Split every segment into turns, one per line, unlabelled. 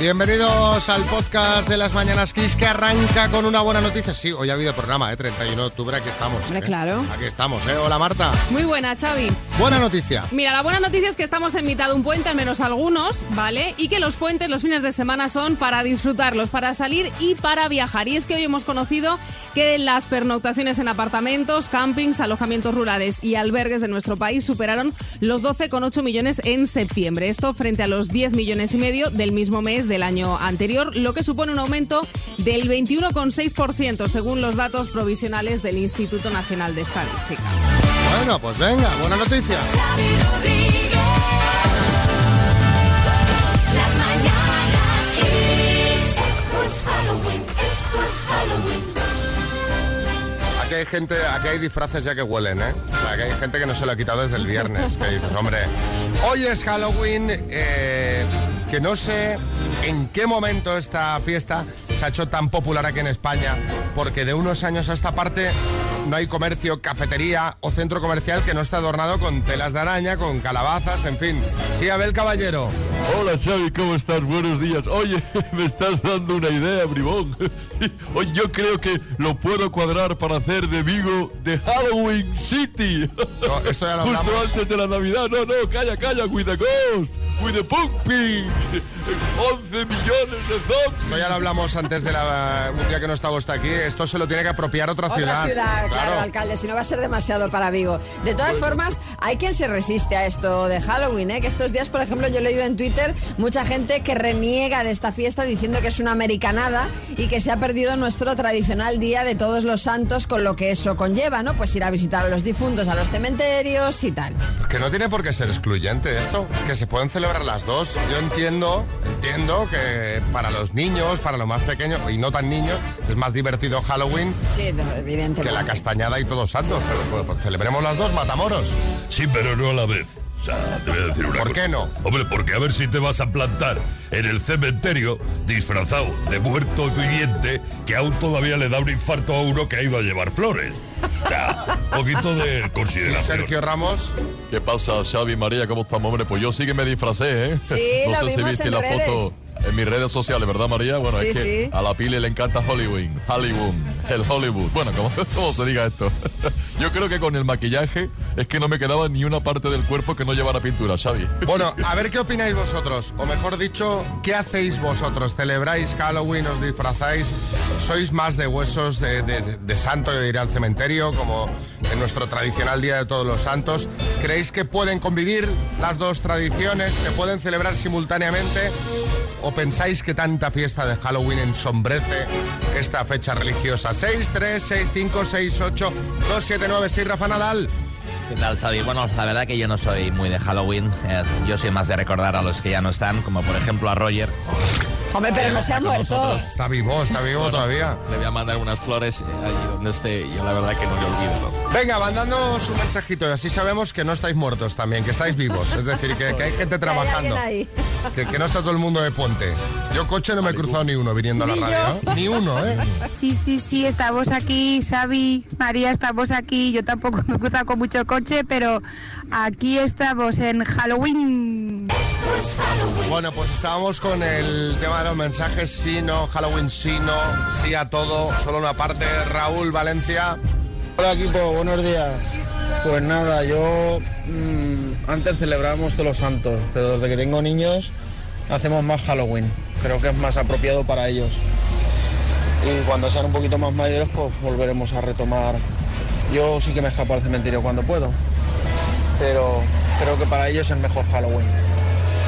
Bienvenidos al podcast de las Mañanas Kiss que arranca con una buena noticia. Sí, hoy ha habido programa, ¿eh? 31 de octubre, aquí estamos.
Hombre,
¿eh?
claro.
Aquí estamos, ¿eh? Hola Marta.
Muy buena, Xavi.
Buena noticia.
Mm.
Mira, la buena noticia es que estamos en mitad de un puente, al menos algunos, ¿vale? Y que los puentes los fines de semana son para disfrutarlos, para salir y para viajar. Y es que hoy hemos conocido que las pernoctaciones en apartamentos, campings, alojamientos rurales y albergues de nuestro país superaron los 12,8 millones en septiembre. Esto frente a los 10 millones y medio del mismo mes del año anterior, lo que supone un aumento del 21,6% según los datos provisionales del Instituto Nacional de Estadística.
Bueno, pues venga, buena noticia. Aquí hay gente, aquí hay disfraces ya que huelen, ¿eh? O sea, aquí hay gente que no se lo ha quitado desde el viernes. Que dices, hombre, hoy es Halloween, eh, que no sé en qué momento esta fiesta se ha hecho tan popular aquí en España, porque de unos años a esta parte no hay comercio, cafetería o centro comercial que no esté adornado con telas de araña, con calabazas, en fin. Sí, Abel Caballero.
Hola Xavi, ¿cómo estás? Buenos días. Oye, me estás dando una idea, bribón. Oye, yo creo que lo puedo cuadrar para hacer de Vigo de Halloween City.
No, esto ya lo
Justo
hablamos.
antes de la Navidad. No, no, calla, calla. With the ghost. With the pumping. 11 millones de zombies.
Esto ya lo hablamos antes de la, un día que no está Agosto aquí. Esto se lo tiene que apropiar otra,
Otra ciudad, claro, alcalde, si no va a ser demasiado para Vigo. De todas formas, hay quien se resiste a esto de Halloween, ¿eh? que estos días, por ejemplo, yo he leído en Twitter mucha gente que reniega de esta fiesta diciendo que es una americanada y que se ha perdido nuestro tradicional día de todos los santos con lo que eso conlleva, ¿no? Pues ir a visitar a los difuntos, a los cementerios y tal.
Que no tiene por qué ser excluyente esto, que se pueden celebrar las dos. Yo entiendo, entiendo que para los niños, para los más pequeños y no tan niños, es más divertido Halloween
Sí, no, evidentemente.
que la castañada y todos santos. Pero, bueno, pues celebremos las dos, matamoros.
Sí, pero no a la vez. O sea, te voy a decir una
¿Por
cosa.
qué no?
Hombre, porque a ver si te vas a plantar en el cementerio disfrazado de muerto viviente que aún todavía le da un infarto a uno que ha ido a llevar flores. O sea, un poquito de
Sí,
consideración.
Sergio Ramos,
¿Qué pasa, Xavi, María? ¿Cómo estamos, hombre? Pues yo sí que me disfracé, ¿eh?
Sí,
no
lo
sé si
vimos
viste
en
la
redes.
foto en mis redes sociales, ¿verdad, María? Bueno,
Sí,
es que
sí.
a la pile le encanta Hollywood, Hollywood, el Hollywood. Bueno, como, como se diga esto. Yo creo que con el maquillaje es que no me quedaba ni una parte del cuerpo que no llevara pintura, Xavi.
bueno, ah, a ver qué opináis vosotros, o mejor dicho, ¿qué hacéis vosotros? ¿Celebráis Halloween? ¿Os disfrazáis? ¿Sois más de huesos de, de- de santo de ir al cementerio, como en nuestro tradicional Día de Todos los Santos? ¿Creéis que pueden convivir las dos tradiciones? ¿Se pueden celebrar simultáneamente? ¿O pensáis que tanta fiesta de Halloween ensombrece esta fecha religiosa? 6, 3, 6, 5, 6, 8, 2, 7, 9, 6, Rafa Nadal.
¿Qué tal, Xavi? Bueno, la verdad que yo no soy muy de Halloween. eh, yo soy más de recordar a los que ya no están, como por ejemplo a Roger. Eh,
Hombre, pero no se ha
Con
muerto.
nosotros.
Está vivo, está vivo todavía.
Le voy a mandar unas flores eh, allí donde esté. Yo la verdad que no le olvido. ¿no?
Venga, mandándonos un mensajito y así sabemos que no estáis muertos también, que estáis vivos. Es decir, que, que hay gente
Que hay alguien
trabajando.
ahí.
Que, que no está todo el mundo de puente. Yo coche no me he cruzado ni uno viniendo a la radio. ¿no? Ni uno, ¿eh?
Sí, sí, sí, estamos aquí, Xavi, María, estamos aquí. Yo tampoco me he cruzado con mucho coche, pero aquí estamos en Halloween.
Bueno, pues estábamos con el tema de los mensajes. Sí, no, Halloween, sí, no, sí a todo, solo una parte. Raúl, Valencia.
Hola equipo, buenos días. Pues nada, yo mm, antes celebrábamos todos los santos, pero desde que tengo niños hacemos más Halloween. Creo que es más apropiado para ellos. Y cuando sean un poquito más mayores, pues volveremos a retomar. Yo sí que me escapo al cementerio cuando puedo, pero creo que para ellos es el mejor Halloween.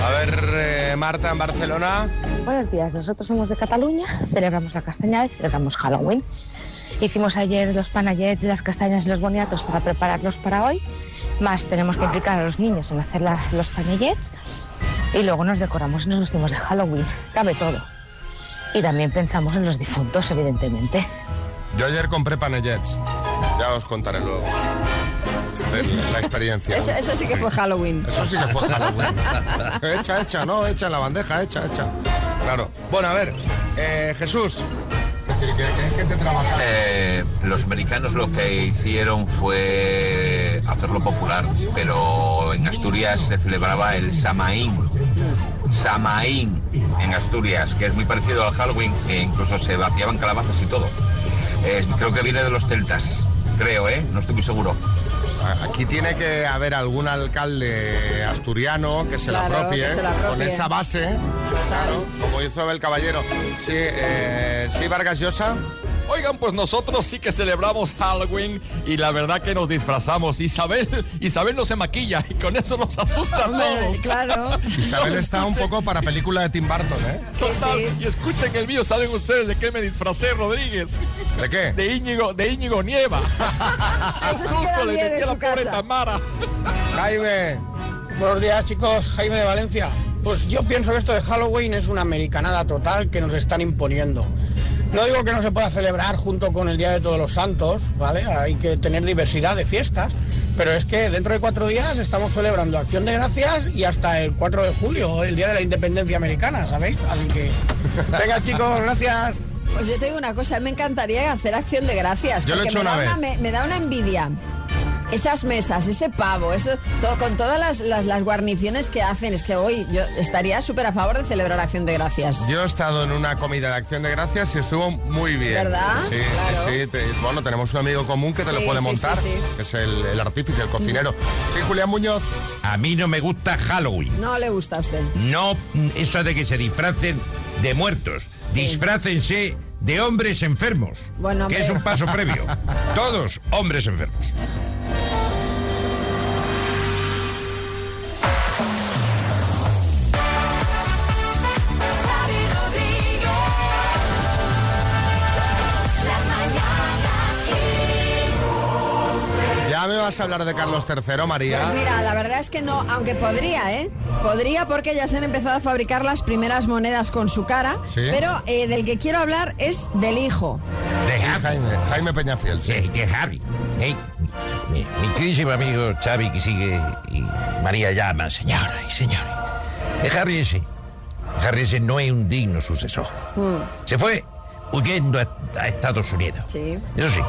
A ver, eh, Marta en Barcelona.
Buenos días, nosotros somos de Cataluña, celebramos la castañada y celebramos Halloween. Hicimos ayer los panayets, las castañas y los boniatos para prepararlos para hoy, más tenemos que implicar a los niños en hacer la- los panayets y luego nos decoramos y nos vestimos de Halloween, cabe todo. Y también pensamos en los difuntos, evidentemente.
Yo ayer compré panellets. Ya os contaré luego. de La experiencia.
Eso, eso sí que fue Halloween.
Eso sí que fue Halloween. hecha, hecha, no, hecha en la bandeja, hecha, hecha. Claro. Bueno, a ver, eh, Jesús, decir, que, que, que te trabaja.
Eh, los americanos lo que hicieron fue hacerlo popular, pero en Asturias se celebraba el Samaín. Samaín en Asturias, que es muy parecido al Halloween, que incluso se vaciaban calabazas y todo. Eh, creo que viene de los celtas, creo, ¿eh? No estoy muy seguro.
Aquí tiene que haber algún alcalde asturiano que se,
Claro,
la, apropie,
que se la apropie.
con esa base, claro, como hizo Abel Caballero. Sí, eh, sí, Vargas Llosa.
Oigan, pues nosotros sí que celebramos Halloween y la verdad que nos disfrazamos. Isabel, Isabel no se maquilla y con eso nos asusta a todos.
Claro.
Isabel está un poco para película de Tim Burton, ¿eh?
Total, Y escuchen el mío, ¿saben ustedes de qué me disfracé, Rodríguez?
¿De qué?
De Íñigo, de Íñigo Nieva.
Eso es que da
le
miedo en
metí a la
su
pobre
casa.
Tamara.
Jaime.
Buenos días, chicos. Jaime de Valencia. Pues yo pienso que esto de Halloween es una americanada total que nos están imponiendo. No digo que no se pueda celebrar junto con el Día de Todos los Santos, ¿vale? Hay que tener diversidad de fiestas, pero es que dentro de cuatro días estamos celebrando Acción de Gracias y hasta el 4 de julio, el Día de la Independencia Americana, ¿sabéis? Así que... Venga, chicos, gracias.
Pues yo te digo una cosa, me encantaría hacer acción de gracias.
Yo lo he
porque
hecho
me da
una vez.
me, me da una envidia. Esas mesas, ese pavo, eso, todo, con todas las, las- las guarniciones que hacen, es que hoy yo estaría súper a favor de celebrar acción de gracias.
Yo he estado en una comida de acción de gracias y estuvo muy bien.
¿Verdad?
Sí,
Claro.
sí, sí. Te- bueno, tenemos un amigo común que te lo
Sí,
puede
sí,
montar,
sí, sí. Mm.
que es el, el artífice, el cocinero. Sí, Julián Muñoz.
A mí no me gusta Halloween.
No le gusta a usted.
No mm, eso de que se disfracen de muertos. Disfrácense de hombres enfermos.
Bueno,
que
hombre.
es un paso previo. Todos hombres enfermos.
Ya me vas a hablar de Carlos III, María.
Pues mira, la verdad es que no, aunque podría, ¿eh? Podría porque ya se han empezado a fabricar las primeras monedas con su cara,
Sí.
pero eh, del que quiero hablar es del hijo.
De
Sí,
Javi.
Jaime, Jaime Peñafiel, sí.
De, de Javi. Eh, Ey, mi, mi queridísimo amigo Xavi que sigue y María llama, señora y señores. De Harry ese. Harry ese no es un digno sucesor. Se fue huyendo a, a Estados Unidos.
Sí.
Eso sí,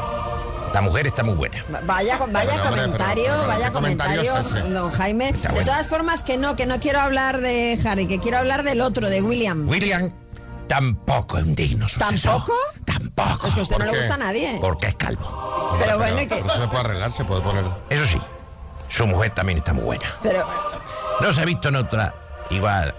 la mujer está muy buena.
Va- Vaya, co- vaya
Bueno, hombre,
comentario,
pero- pero
vaya
¿qué comentario
comentario,
es ese?
don Jaime.
Está
De
bueno.
todas formas, que no, que no quiero hablar de Harry, que quiero hablar del otro, de William.
William tampoco es un digno sucesor.
¿Tampoco?
Tampoco.
Es que a usted no
¿Por
le
qué?
gusta a nadie.
Porque es calvo.
Hombre,
Pero bueno, ¿y qué?
pero eso se puede arreglar, se puede poner.
Eso sí, su mujer también está muy buena.
Pero
No se ha visto en otra igual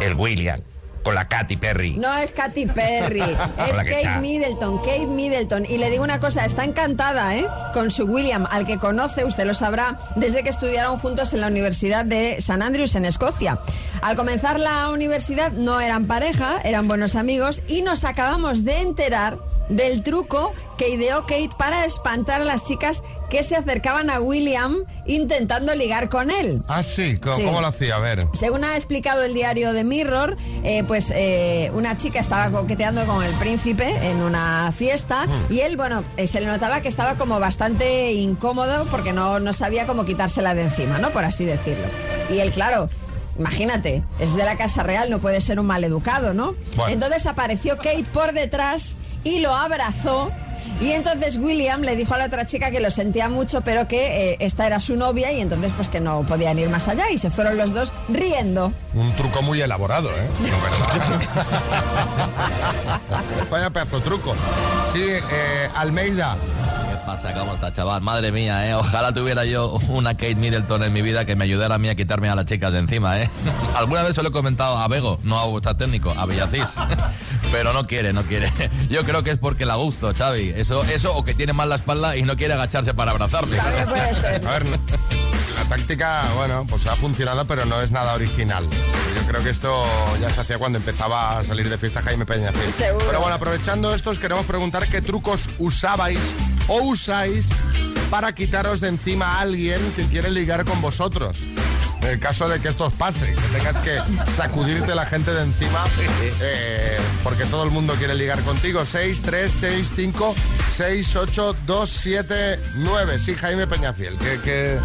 el William con la Katy Perry.
no es Katy Perry, es
Hola, ¿qué
Kate
tal?
Middleton, Kate Middleton. Y le digo una cosa, está encantada, ¿eh? Con su William, al que conoce, usted lo sabrá, desde que estudiaron juntos en la Universidad de San Andrews, en Escocia. Al comenzar la universidad no eran pareja, eran buenos amigos y nos acabamos de enterar del truco que ideó Kate para espantar a las chicas que se acercaban a William intentando ligar con él.
Ah, sí, ¿cómo,
Sí.
cómo lo hacía? A ver.
Según ha explicado el diario The Mirror, eh, pues eh, una chica estaba coqueteando con el príncipe en una fiesta y él, bueno, eh, se le notaba que estaba como bastante incómodo porque no, no sabía cómo quitársela de encima, ¿no? Por así decirlo. Y él, claro, imagínate, es de la Casa Real, no puede ser un maleducado, ¿no?
Bueno.
Entonces apareció Kate por detrás y lo abrazó. Y entonces William le dijo a la otra chica que lo sentía mucho, pero que eh, esta era su novia y entonces pues que no podían ir más allá y se fueron los dos riendo.
Un truco muy elaborado, ¿eh? No, pero- Vaya pedazo de truco. Sí, eh, Almeida.
¿Qué pasa? ¿Cómo está, chaval? Madre mía, ¿eh? Ojalá tuviera yo una Kate Middleton en mi vida que me ayudara a mí a quitarme a las chicas de encima, ¿eh? Alguna vez se lo he comentado a Bego, no a vuestro técnico, a Villacís. Pero no quiere, no quiere. Yo creo que es porque la gusto, Xavi. Eso, eso o que tiene mal la espalda y no quiere agacharse para abrazarme.
También puede ser.
A ver, la táctica, bueno, pues ha funcionado, pero no es nada original. Yo creo que esto ya se hacía cuando empezaba a salir de fiesta Jaime Peñafiel.
Seguro.
Pero bueno, aprovechando esto, os queremos preguntar qué trucos usabais o usáis para quitaros de encima a alguien que quiere ligar con vosotros. En el caso de que esto os pase, que tengas que sacudirte la gente de encima, eh, porque todo el mundo quiere ligar contigo. 6, 3, 6, 5, 6, 8, 2, 7, 9. Sí, Jaime Peñafiel, ¿qué, qué,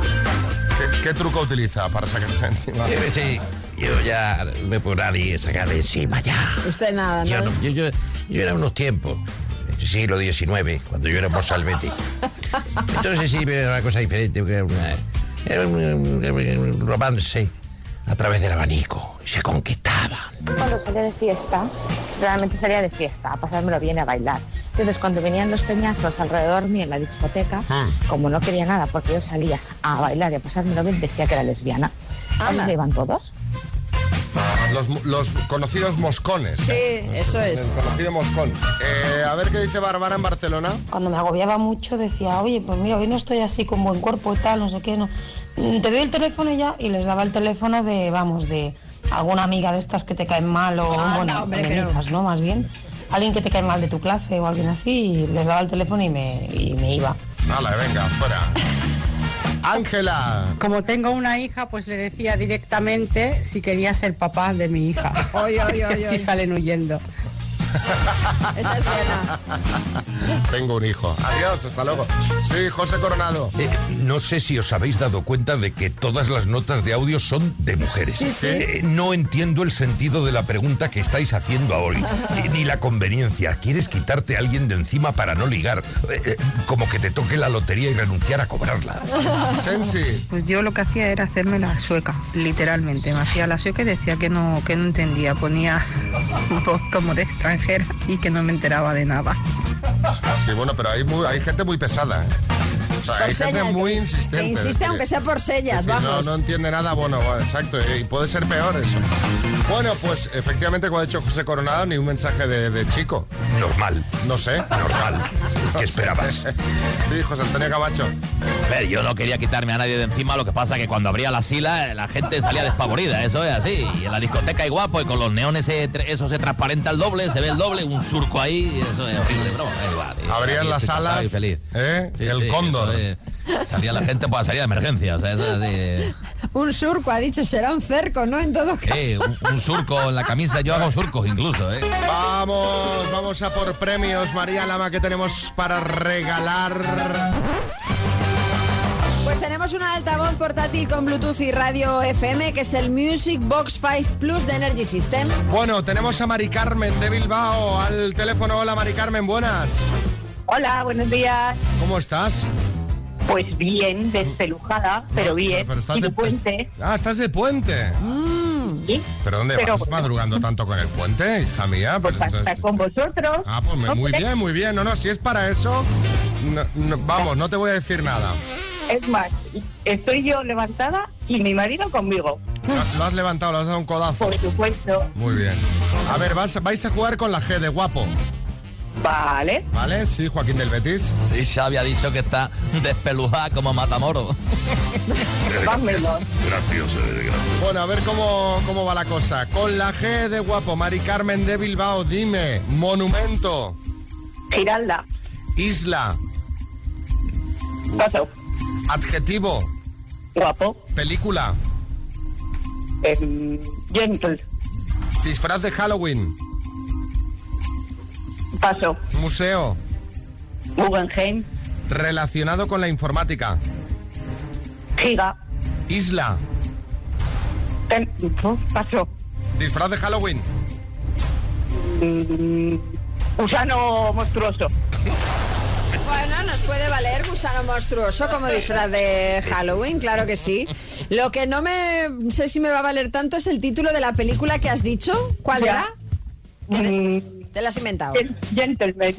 qué- qué truco utiliza para sacarse encima?
Sí, sí, yo ya me puedo nadie sacar de encima ya.
Usted nada,
Yo,
¿no?
no- yo- yo- yo era unos tiempos. este, siglo XIX, cuando yo era Borsalvete. Entonces sí, era una cosa diferente, porque era, una- era un, un- un romance a través del abanico, y se conquistaba.
Cuando salía de fiesta, realmente salía de fiesta, a pasármelo bien, a bailar. Entonces, cuando venían los peñazos alrededor mío en la discoteca, como no quería nada porque yo salía a bailar y a pasármelo bien, decía que era lesbiana. Así se iban todos.
Los, los conocidos moscones.
Sí, eso es.
El conocido moscón. Eh, a ver qué dice Bárbara en Barcelona.
Cuando me agobiaba mucho decía, oye, pues mira, hoy no estoy así con buen cuerpo y tal, no sé qué, no. Mm, Te doy el teléfono y ya, y les daba el teléfono de, vamos, de alguna amiga de estas que te caen mal o, bueno, amenizas, ¿no? Más bien, alguien que te cae mal de tu clase o alguien así, y les daba el teléfono y me, y me iba.
Vale, eh, venga, fuera. Ángela.
Como tengo una hija, pues le decía directamente si quería ser papá de mi hija.
Oy, oy, oy,
Y
oy.
así salen huyendo.
Esa es buena.
Tengo un hijo. Adiós, hasta luego. Sí, José Coronado.
Eh, no sé si os habéis dado cuenta de que todas las notas de audio son de mujeres.
Sí, sí.
Eh, no entiendo el sentido de la pregunta que estáis haciendo ahora, eh, ni la conveniencia. ¿Quieres quitarte a alguien de encima para no ligar? Eh, eh, como que te toque la lotería y renunciar a cobrarla.
Pues yo lo que hacía era hacerme la sueca, literalmente. Me hacía la sueca y decía que no, que no entendía. Ponía voz como de extranjera y que no me enteraba de nada.
Sí, bueno, pero hay, mu- hay gente muy pesada. ¿eh? O sea,
Por
hay gente
señas,
muy
que-
insistente.
Que
es
insiste
decir,
aunque sea por sellas,
es decir,
vamos.
No, no entiende nada, bueno, bueno, exacto, eh, y puede ser peor eso. Bueno, pues efectivamente, como ha dicho José Coronado, ni un mensaje de, de chico.
Normal.
No sé.
Normal. ¿Qué esperabas?
Sí, José Antonio Cabacho.
A ver, yo no quería quitarme a nadie de encima, lo que pasa que cuando abría la sila eh, la gente salía despavorida, eso es así. Y en la discoteca hay guapo y con los neones eh, tre- eso se transparenta el doble, se ve el doble, un surco ahí, eso es horrible, bro.
Abrían las alas, ¿eh? El cóndor.
salía la gente para salir de emergencia, o sea, eso es así. eh.
Un surco, ha dicho, será un cerco, ¿no? En todo caso.
Eh, un, un surco en la camisa, yo hago surcos incluso, ¿eh?
Vamos, vamos a por premios, María Lama, que tenemos para regalar.
Pues tenemos un altavoz portátil con Bluetooth y radio FM, que es el Music Box 5 Plus de Energy System.
Bueno, tenemos a Mari Carmen de Bilbao al teléfono. Hola, Mari Carmen, buenas.
Hola, buenos días.
¿Cómo estás?
Pues bien, despelujada, pero bien.
pero estás
y de
de-
puente.
Ah, estás de puente.
Mm.
Sí,
¿Pero dónde
Pero
vas
bueno.
madrugando tanto con el puente, hija mía? Pero
está
entonces-
con vosotros.
Ah, pues me- muy
Hombre,
bien, muy bien. No, no, si es para eso, no- no- vamos, no te voy a decir nada.
Es más, estoy yo levantada y mi marido conmigo.
Lo- Lo has levantado, lo has dado un codazo.
Por supuesto.
Muy bien. A ver, vas- vais a jugar con la G de guapo.
Vale.
Vale, sí, Joaquín del Betis.
Sí, Xavi ha dicho que está despelujada como Matamoro.
Gracioso, desgraciado.
Bueno, a ver cómo, cómo va la cosa. Con la G de guapo, Mari Carmen de Bilbao, dime, monumento.
Giralda.
Isla.
Paso.
Adjetivo.
Guapo. Em,
Película.
Gentle.
Disfraz de Halloween.
Paso.
Museo.
Guggenheim.
Relacionado con la informática.
Giga.
Isla.
Tem- Paso.
Disfraz de Halloween.
Mm, Gusano monstruoso.
Bueno, nos puede valer gusano monstruoso como disfraz de Halloween, claro que sí. Lo que no me sé si me va a valer tanto es el título de la película que has dicho. ¿Cuál
Ya. Mm.
era? ¿Te, te la has inventado?
Gentleman.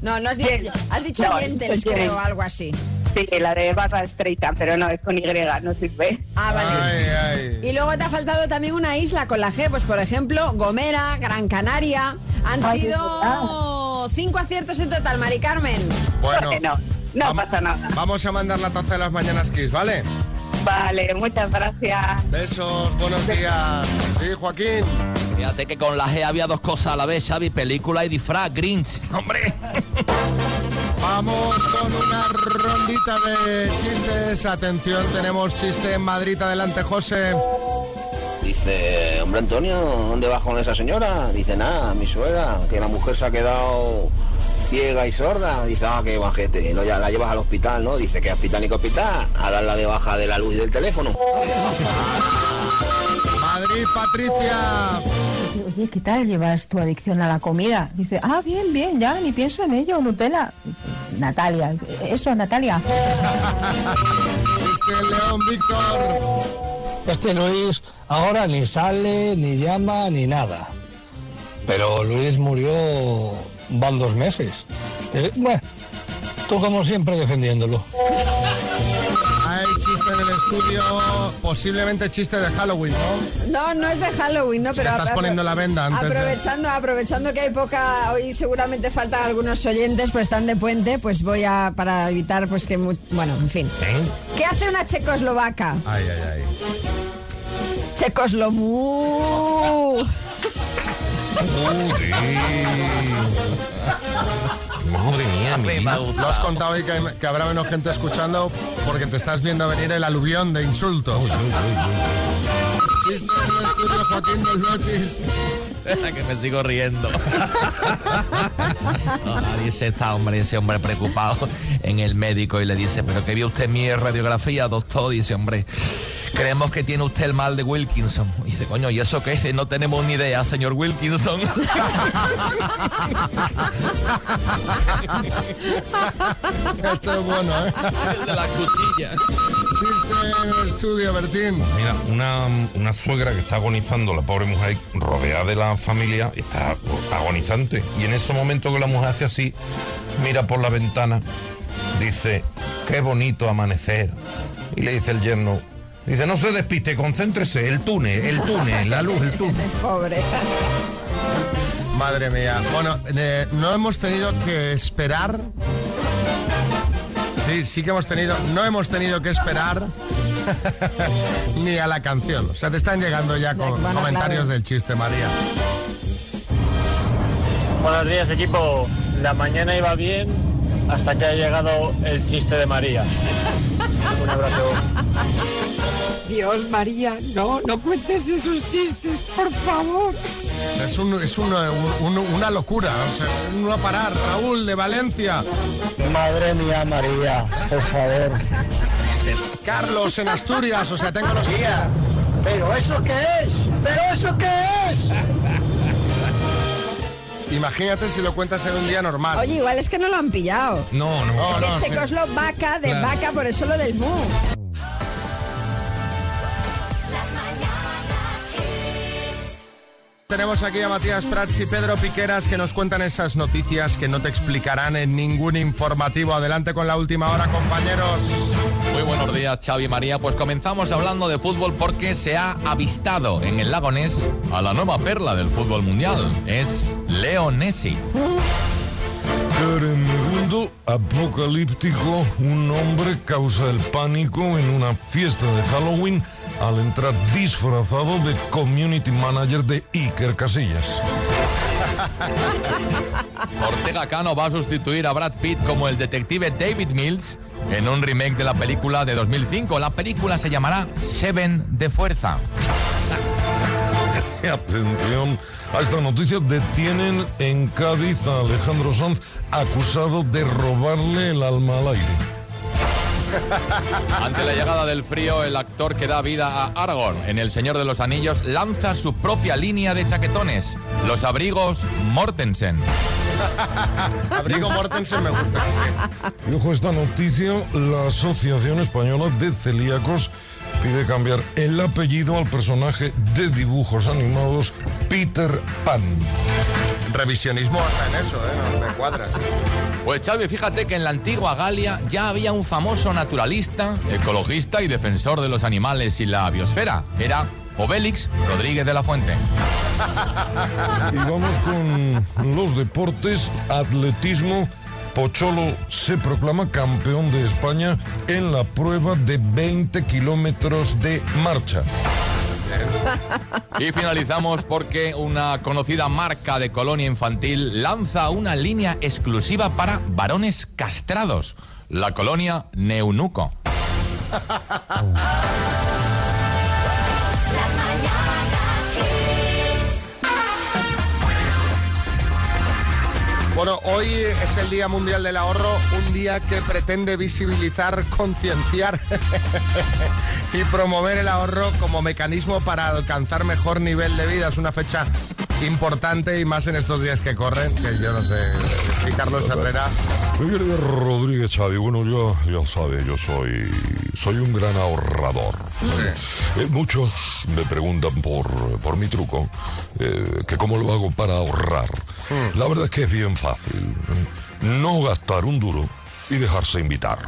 No, no has dicho.
Gen-
Has dicho
No,
Gentles,
Gen-
creo, o algo así.
Sí, la de barra estrecha, pero no, es con Y, no sirve.
Ah,
vale.
Y luego te ha faltado también una isla con la G, pues por ejemplo, Gomera, Gran Canaria. Han
Ay,
sido cinco aciertos en total, Mari Carmen.
Bueno.
no
vam-
pasa nada.
Vamos a mandar la taza de las mañanas Kiss, ¿vale?
Vale, muchas gracias.
Besos, buenos días. Sí, Joaquín.
Fíjate que con la G había dos cosas a la vez, Xavi, película y disfraz, Grinch. Hombre.
Vamos con una rondita de chistes. Atención, tenemos chiste en Madrid. Adelante, José.
Dice, hombre Antonio, ¿dónde vas con esa señora? Dice, nada, mi suegra, que la mujer se ha quedado ciega y sorda. Dice, ah, qué bajete. No, ya la llevas al hospital, ¿no? Dice, que hospital ni que hospital, a darla de baja de la luz y del teléfono.
Madrid, Patricia.
Y, Oye, ¿qué tal llevas tu adicción a la comida? Dice, ah, bien, bien, ya, ni pienso en ello, Nutella. Dice, Natalia, eso, Natalia.
Chiste el león, Víctor.
Este Luis ahora ni sale, ni llama, ni nada. Pero Luis murió, van dos meses. Es- bueno, tú como siempre defendiéndolo.
Hay chiste en el estudio, posiblemente chiste de Halloween, ¿no?
No, no es de Halloween, no, pero...
estás
apro-
poniendo la venda antes de-
Aprovechando, aprovechando que hay poca... Hoy seguramente faltan algunos oyentes, pues están de puente, pues voy a... Para evitar, pues que... mu- Bueno, en fin.
Eh.
¿Qué hace una checoslovaca?
Ay, ay, ay.
Checoslomu.
Madre mía, mi vida.
Lo has contado hoy que, hay- que habrá menos gente escuchando porque te estás viendo venir el aluvión de insultos. Chiste en el estudio, Joaquín del Betis.
que me sigo riendo. No, nadie dice está, hombre, ese hombre preocupado en el médico y le dice, pero que vio usted mi radiografía, doctor, dice, hombre, creemos que tiene usted el mal de Wilkinson. Y dice, coño, ¿y eso qué es? No tenemos ni idea, señor Wilkinson.
Esto es bueno, ¿eh?
de las cuchillas.
Chiste en el estudio, Bertín.
Mira, una, una suegra que está agonizando, la pobre mujer rodeada de la familia, está agonizante. Y en ese momento que la mujer hace así, mira por la ventana, dice, qué bonito amanecer. Y le dice el yerno, dice, no se despiste, concéntrese, el túnel, el túnel, la luz, el túnel.
Pobre.
Madre mía. Bueno, eh, no hemos tenido que esperar. Sí, sí que hemos tenido. No hemos tenido que esperar ni a la canción. O sea, te están llegando ya con
bueno,
comentarios
claro.
del chiste, María.
Buenos días equipo. La mañana iba bien hasta que ha llegado el chiste de María. Un abrazo.
Dios, María, no, no cuentes esos chistes, por favor.
Es, un- es un- eh, un- una locura. O sea, es un no parar. Raúl de Valencia.
Madre mía, María, por favor.
Carlos en Asturias. O sea, tengo los.
¿Pero eso qué es? ¿Pero eso qué es?
Imagínate si lo cuentas en un día normal.
Oye, igual es que no lo han pillado.
No,
no.
es que
no, sí.
checoslovaca, de
Claro.
vaca, por eso lo del mu.
Tenemos aquí a Matías Prats y Pedro Piqueras que nos cuentan esas noticias que no te explicarán en ningún informativo. Adelante con la última hora, compañeros.
Muy buenos días, Xavi y María. Pues comenzamos hablando de fútbol porque se ha avistado en el lago Ness a la nueva perla del fútbol mundial. Es Leonesi.
Mundo apocalíptico, un hombre causa el pánico en una fiesta de Halloween al entrar disfrazado de community manager de Iker Casillas.
Ortega Cano va a sustituir a Brad Pitt como el detective David Mills en un remake de la película de 2005. La película se llamará Seven de Fuerza.
Atención a esta noticia. Detienen en Cádiz a Alejandro Sanz acusado de robarle el alma al aire.
Ante la llegada del frío, el actor que da vida a Aragorn en El Señor de los Anillos lanza su propia línea de chaquetones, los abrigos Mortensen.
Abrigo Mortensen me gusta. sí.
Y ojo a esta noticia, la Asociación Española de Celíacos pide cambiar el apellido al personaje de dibujos animados Peter Pan.
Revisionismo hasta en eso, ¿eh? No me cuadras.
Pues Xavi, fíjate que en la antigua Galia ya había un famoso naturalista, ecologista y defensor de los animales y la biosfera. Era Obélix Rodríguez de la Fuente.
Y vamos con los deportes, atletismo. Pocholo se proclama campeón de España en la prueba de 20 kilómetros de marcha.
Y finalizamos porque una conocida marca de colonia infantil lanza una línea exclusiva para varones castrados, la colonia Neunuco.
Bueno, hoy es el Día Mundial del Ahorro, un día que pretende visibilizar, concienciar y promover el ahorro como mecanismo para alcanzar mejor nivel de vida. Es una fecha importante y más en estos días que corren, que yo no sé. Y Carlos Herrera.
Mi querido Rodríguez Xavi, bueno, yo ya sabe, yo soy soy un gran ahorrador. Eh, muchos me preguntan por, por mi truco, eh, que cómo lo hago para ahorrar. La verdad es que es bien fácil. ¿eh? No gastar un duro y dejarse invitar.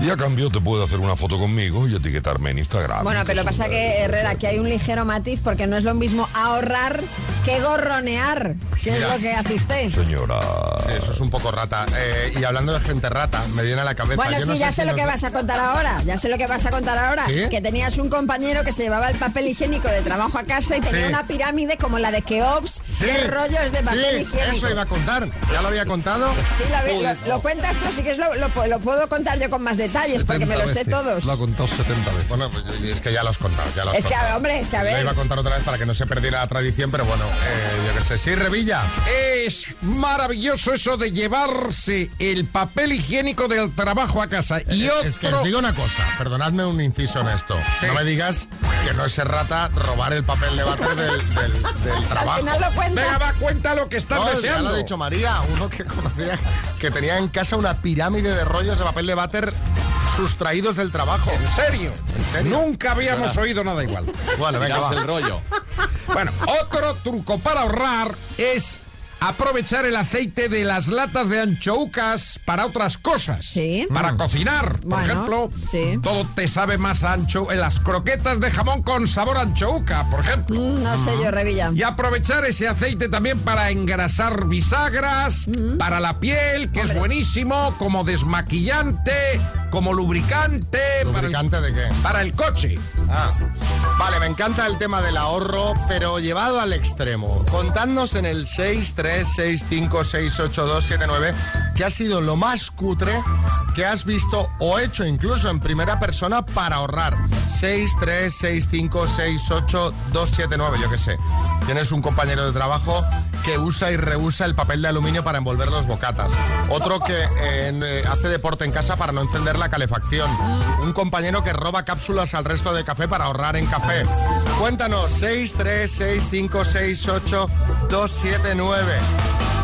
Y a cambio te puede hacer una foto conmigo y etiquetarme en
Ah,
Instagram.
Bueno, pero lo que pasa que, Herrera, aquí hay un ligero matiz porque no es lo mismo ahorrar que gorronear, que es
Mira.
lo que hace usted.
Señora.
Sí, eso es un poco rata. Eh, y hablando de gente rata, me viene a la cabeza.
Bueno,
yo
sí,
no
ya
si
sé lo
nos-
que vas a contar ahora. Ya sé lo que vas a contar ahora.
¿Sí?
Que tenías un compañero que se llevaba el papel higiénico de trabajo a casa y tenía
Sí.
una pirámide como la de Keops
Sí.
de rollos de papel
Sí,
higiénico.
eso iba a contar. ¿Ya lo había contado?
Sí, lo, habéis-
Uy,
lo- lo cuentas tú, sí que es lo, lo pu- lo puedo contar yo con más detalles porque me lo sé
70
todos.
veces. ha contado 70 veces. Bueno, pues, es que ya lo has contado. Ya lo has
Es que,
contado.
hombre, es que a
Lo
ver.
iba a contar otra vez para que no se perdiera la tradición, pero bueno, eh, yo qué sé. Sí, Revilla.
Es maravilloso eso de llevarse el papel higiénico del trabajo a casa. Y otro...
Es que os digo una cosa, perdonadme un inciso en esto. No me digas que no es rata robar el papel de váter del, del- del trabajo.
final lo cuenta. Venga, va,
cuenta lo que
estás
Ya
deseando.
lo ha dicho María, uno que conocía que tenía en casa una pirámide de rollos de papel de váter sustraídos del trabajo. ¿En
serio?
¿En serio?
Nunca habíamos oído nada igual.
Bueno, venga, va.
Bueno, otro truco para ahorrar es aprovechar el aceite de las latas de anchoucas para otras cosas. Para
Mm.
cocinar, por
Bueno,
ejemplo. Todo te sabe más a ancho en las croquetas de jamón con sabor a anchouca, por ejemplo.
Mm, no sé yo, Revilla.
Y aprovechar ese aceite también para engrasar bisagras,
Mm.
para la piel, que es buenísimo, como desmaquillante, como lubricante.
¿Lubricante de qué?
Para el coche.
Ah, Vale, me encanta el tema del ahorro, pero llevado al extremo. Contadnos en el 636568279 qué ha sido lo más cutre que has visto o hecho incluso en primera persona para ahorrar. 636568279, yo qué sé. Tienes un compañero de trabajo que usa y reusa el papel de aluminio para envolver los bocatas. Otro que eh, en, eh, hace deporte en casa para no encender la calefacción. Un compañero que roba cápsulas al resto de café para ahorrar en café. Cuéntanos, 6, 3, 6, 5, 6, 8, 2, 7, 9.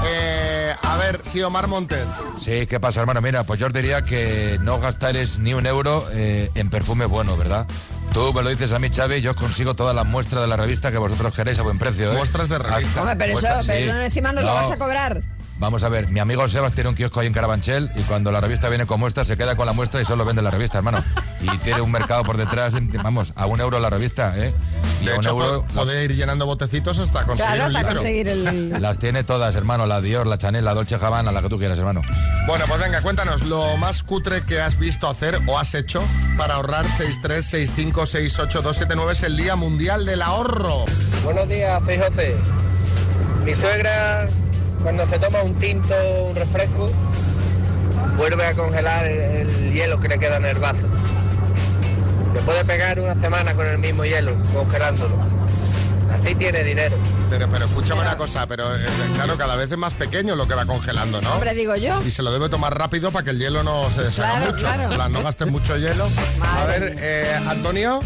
Eh, a ver, sí, Omar Montes.
Sí, ¿qué pasa, hermano? Mira, pues yo os diría que no gastares ni un euro eh, en perfume bueno, ¿verdad? Tú me lo dices a mí, Xavi, yo os consigo todas las muestras de la revista que vosotros queréis a buen precio, ¿eh?
Muestras de
revista. Hombre,
Pues
pero eso, pero eso encima nos lo vas a cobrar.
Vamos a ver, mi amigo Sebas tiene un kiosco ahí en Carabanchel y cuando la revista viene con muestra se queda con la muestra y solo vende la revista, hermano. Y tiene un mercado por detrás, en- vamos, a un euro la revista, ¿eh? Y
De
a un
hecho,
euro...
po- puede ir llenando botecitos hasta conseguir
Claro,
un
hasta
litro.
conseguir el...
Las tiene todas, hermano, la Dior, la Chanel, la Dolce Gabbana, la que tú quieras, hermano.
Bueno, pues venga, cuéntanos lo más cutre que has visto hacer o has hecho para ahorrar 636568279 es el Día Mundial del Ahorro.
Buenos días, soy José. Mi suegra, cuando se toma un tinto, un refresco, vuelve a congelar el, el hielo que le queda en el vaso. Se puede pegar una semana con el mismo hielo, congelándolo. Así tiene dinero.
Pero, pero escúchame una cosa, pero eh, claro, cada vez es más pequeño lo que va congelando, ¿no?
Hombre, digo yo.
Y se lo debe tomar rápido para que el hielo no se deshaga
Claro,
mucho.
claro.
En plan, no gastes mucho hielo. A ver, eh, Antonio.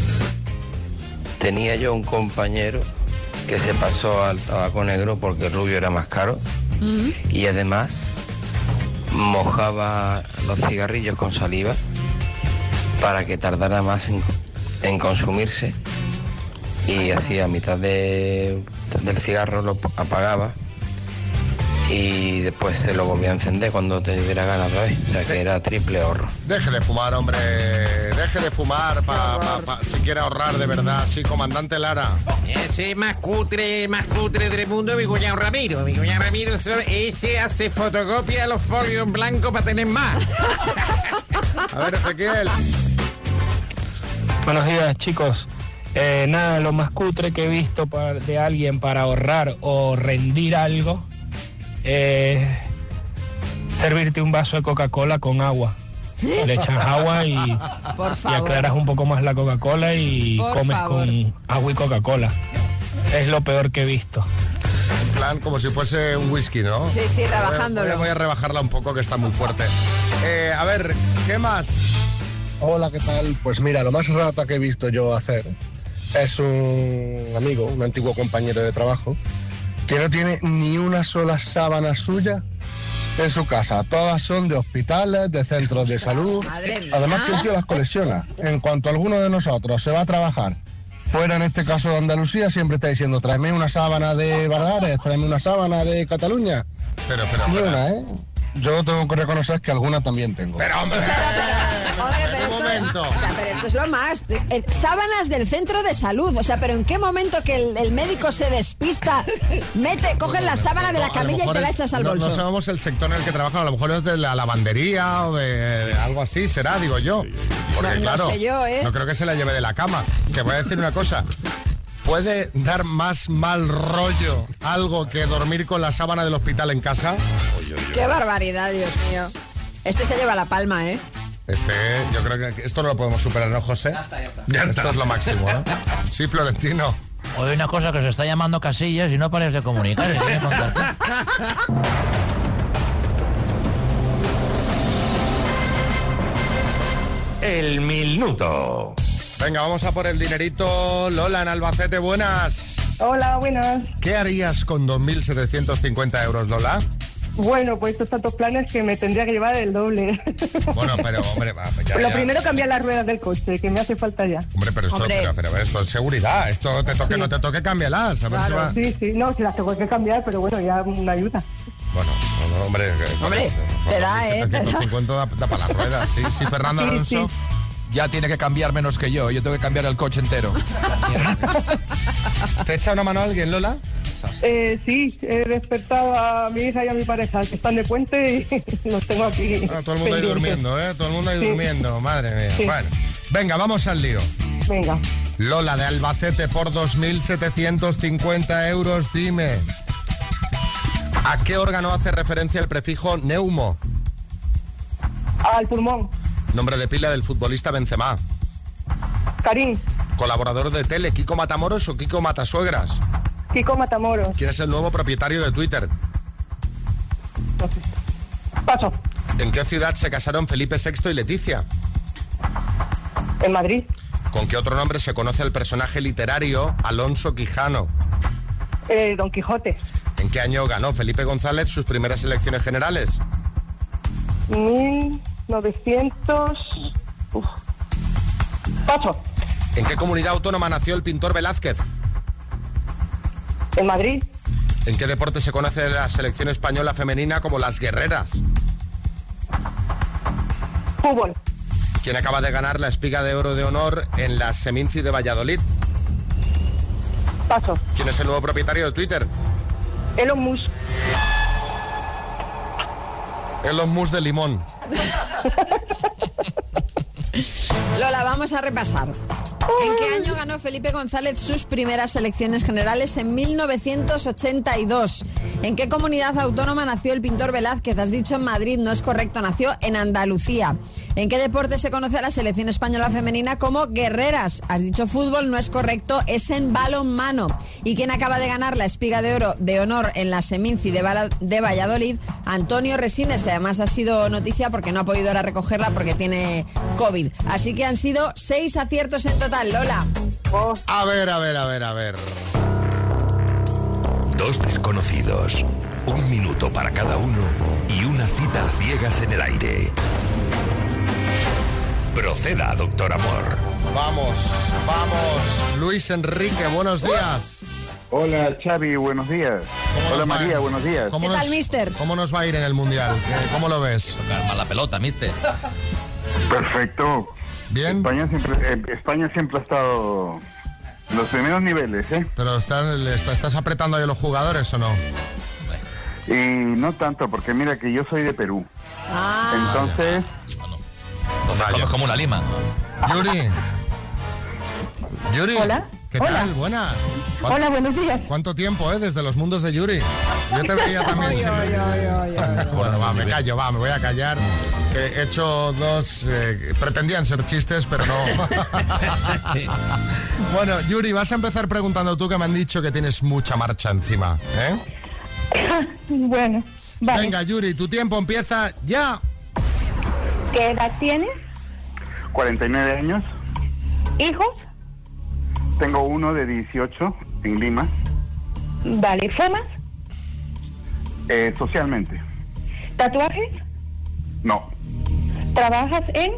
Tenía yo un compañero que se pasó al tabaco negro porque el rubio era más caro y además mojaba los cigarrillos con saliva para que tardara más en, en consumirse y así a mitad de- del cigarro lo apagaba y después se lo volvía a encender cuando te diera ganas otra vez, o sea que era triple ahorro.
Deje de fumar, hombre. Deje de fumar pa- pa- pa- si quiere ahorrar de verdad. Sí, comandante Lara.
Ese más cutre, más cutre del mundo, Begoña Ramiro. Begoña Ramiro, eso- ese hace fotocopia de los folios blancos para tener más.
A ver, Ezequiel.
Buenos días, chicos. Eh, nada, lo más cutre que he visto par- de alguien para ahorrar o rendir algo es servirte un vaso de Coca-Cola con agua. Le echas agua y,
¿Eh? Por
y
favor.
aclaras un poco más la Coca-Cola y
Por
comes
favor.
con agua y Coca-Cola. Es lo peor que he visto.
En plan, como si fuese un whisky, ¿no?
Sí, sí,
Voy a-
rebajándolo.
Voy a, voy a rebajarla un poco, que está muy fuerte. Eh, a ver, ¿qué más?
Hola, ¿qué tal? Pues mira, lo más rata que he visto yo hacer es un amigo, un antiguo compañero de trabajo,
que no tiene ni una sola sábana suya en su casa. Todas son de hospitales, de centros de salud.
madre mía.
Además que el tío las colecciona. En cuanto alguno de nosotros se va a trabajar fuera, en este caso de Andalucía, siempre está diciendo, tráeme una sábana de Badares, tráeme una sábana de Cataluña.
Pero, pero,
Ni una, ¿eh? Yo tengo que reconocer que alguna también tengo.
Pero, hombre.
Hombre, pero esto, o sea, pero esto es lo más. Eh, Sábanas del centro de salud. O sea, pero ¿en qué momento que el, el médico se despista, mete, coge la sábana de la
A lo
camilla y
mejor
te la
es-
echas al
no-
bolso?
No sabemos el sector en el que trabajan, a lo mejor es de la lavandería o de, de algo así, será, digo yo. Porque
No, no
claro,
sé yo, ¿eh?
no creo que se la lleve de la cama. Te voy a decir una cosa. ¿Puede dar más mal rollo algo que dormir con la sábana del hospital en casa?
Qué barbaridad, Dios mío. Este se lleva la palma, ¿eh?
Este, yo creo que esto no lo podemos superar, ¿no, José? Ya está, ya está. Esto es lo máximo, ¿no? Sí, Florentino.
Hoy hay una cosa que se está llamando casillas y no pares de comunicar. ¿eh?
El minuto. Venga, vamos a por el dinerito. Lola en Albacete, buenas.
Hola, buenas.
¿Qué harías con 2.750 euros, Lola?
Bueno, pues estos tantos planes que me tendría que llevar el doble.
Bueno, pero, hombre, va, ya,
Lo
ya.
primero cambiar las ruedas del coche, que me hace falta ya.
Hombre, pero esto,
Hombre.
pero, pero, pero esto es seguridad. Esto te toque, no te toque, cámbialas. A ver si va.
Sí, sí, no, se las tengo que cambiar, pero bueno, ya una ayuda.
Bueno, no, no, hombre. que-
Hombre, te da, ¿eh? Te da.
750 da, para las ruedas. Sí, sí, Fernando
Sí,
Alonso.
Ya tiene que cambiar menos que yo. Yo tengo que cambiar el coche entero.
¿Te echa una mano alguien, Lola?
Eh, sí, he despertado a mi hija y a mi pareja, que están de puente y los tengo aquí.
Ah, todo el mundo ahí
pendientes.
durmiendo, ¿eh? Todo el mundo ahí
Sí.
durmiendo. Madre mía.
Sí.
Bueno, venga, vamos al lío.
Venga.
Lola de Albacete por 2.750 euros, dime. ¿A qué órgano hace referencia el prefijo neumo?
Al pulmón.
Nombre de pila del futbolista Benzema.
Karim,
Colaborador de Tele, Kiko Matamoros o Kiko Matasuegras.
Kiko Matamoros.
¿Quién es el nuevo propietario de Twitter?
Paso.
¿En qué ciudad se casaron Felipe VI y Leticia?
En Madrid.
¿Con qué otro nombre se conoce el personaje literario Alonso Quijano?
Eh, Don Quijote.
¿En qué año ganó Felipe González sus primeras elecciones generales?
1900. Uf. Paso.
¿En qué comunidad autónoma nació el pintor Velázquez?
En Madrid.
¿En qué deporte se conoce la selección española femenina como las guerreras?
Fútbol.
¿Quién acaba de ganar la espiga de oro de honor en la Seminci de Valladolid?
Paso.
¿Quién es el nuevo propietario de Twitter?
Elon Musk.
Elon Musk de Limón.
Lola, vamos a repasar. ¿En qué año ganó Felipe González sus primeras elecciones generales? En 1982. ¿En qué comunidad autónoma nació el pintor Velázquez? Has dicho en Madrid, no es correcto, nació en Andalucía. ¿En qué deporte se conoce a la selección española femenina como guerreras? Has dicho fútbol, no es correcto, es en balonmano. ¿Y quién acaba de ganar la espiga de oro de honor en la Seminci de, Vala- de Valladolid? Antonio Resines, que además ha sido noticia porque no ha podido ahora recogerla porque tiene COVID. Así que han sido seis aciertos en total, Lola.
Oh.
A ver, a ver, a ver, a ver.
Dos desconocidos, un minuto para cada uno y una cita a ciegas en el aire. Proceda, doctor Amor.
Vamos, vamos. Luis Enrique, buenos días.
Hola Xavi, buenos días. Hola María, buenos días.
¿Cómo nos- ¿Cómo nos va a ir en el Mundial? ¿Qué- ¿Cómo lo ves?
la pelota, mister.
Perfecto.
Bien.
España siempre, eh, España siempre ha estado en los primeros niveles, ¿eh?
¿Pero estás, le está- estás apretando ahí a los jugadores o no?
Y no tanto, porque mira que yo soy de Perú.
Ah.
Entonces,
Entonces, comes como una lima.
Yuri. Yuri. Hola. ¿Qué tal? Buenas. Hola,
buenos días.
¿Cuánto tiempo, eh? Desde los mundos de Yuri. Yo te veía también. siempre. Bueno, va, me callo, va, me voy a callar. Que He hecho dos. eh, pretendían ser chistes, pero no. bueno, Yuri, vas a empezar preguntando tú que me han dicho que tienes mucha marcha encima, ¿eh?
bueno, vale.
Venga, Yuri, tu tiempo empieza ya.
¿Qué edad tienes?
49 años.
¿Hijos?
Tengo uno de 18 en Lima.
Vale, ¿fumas?
Eh, socialmente,
¿Tatuajes?
no.
¿Trabajas en?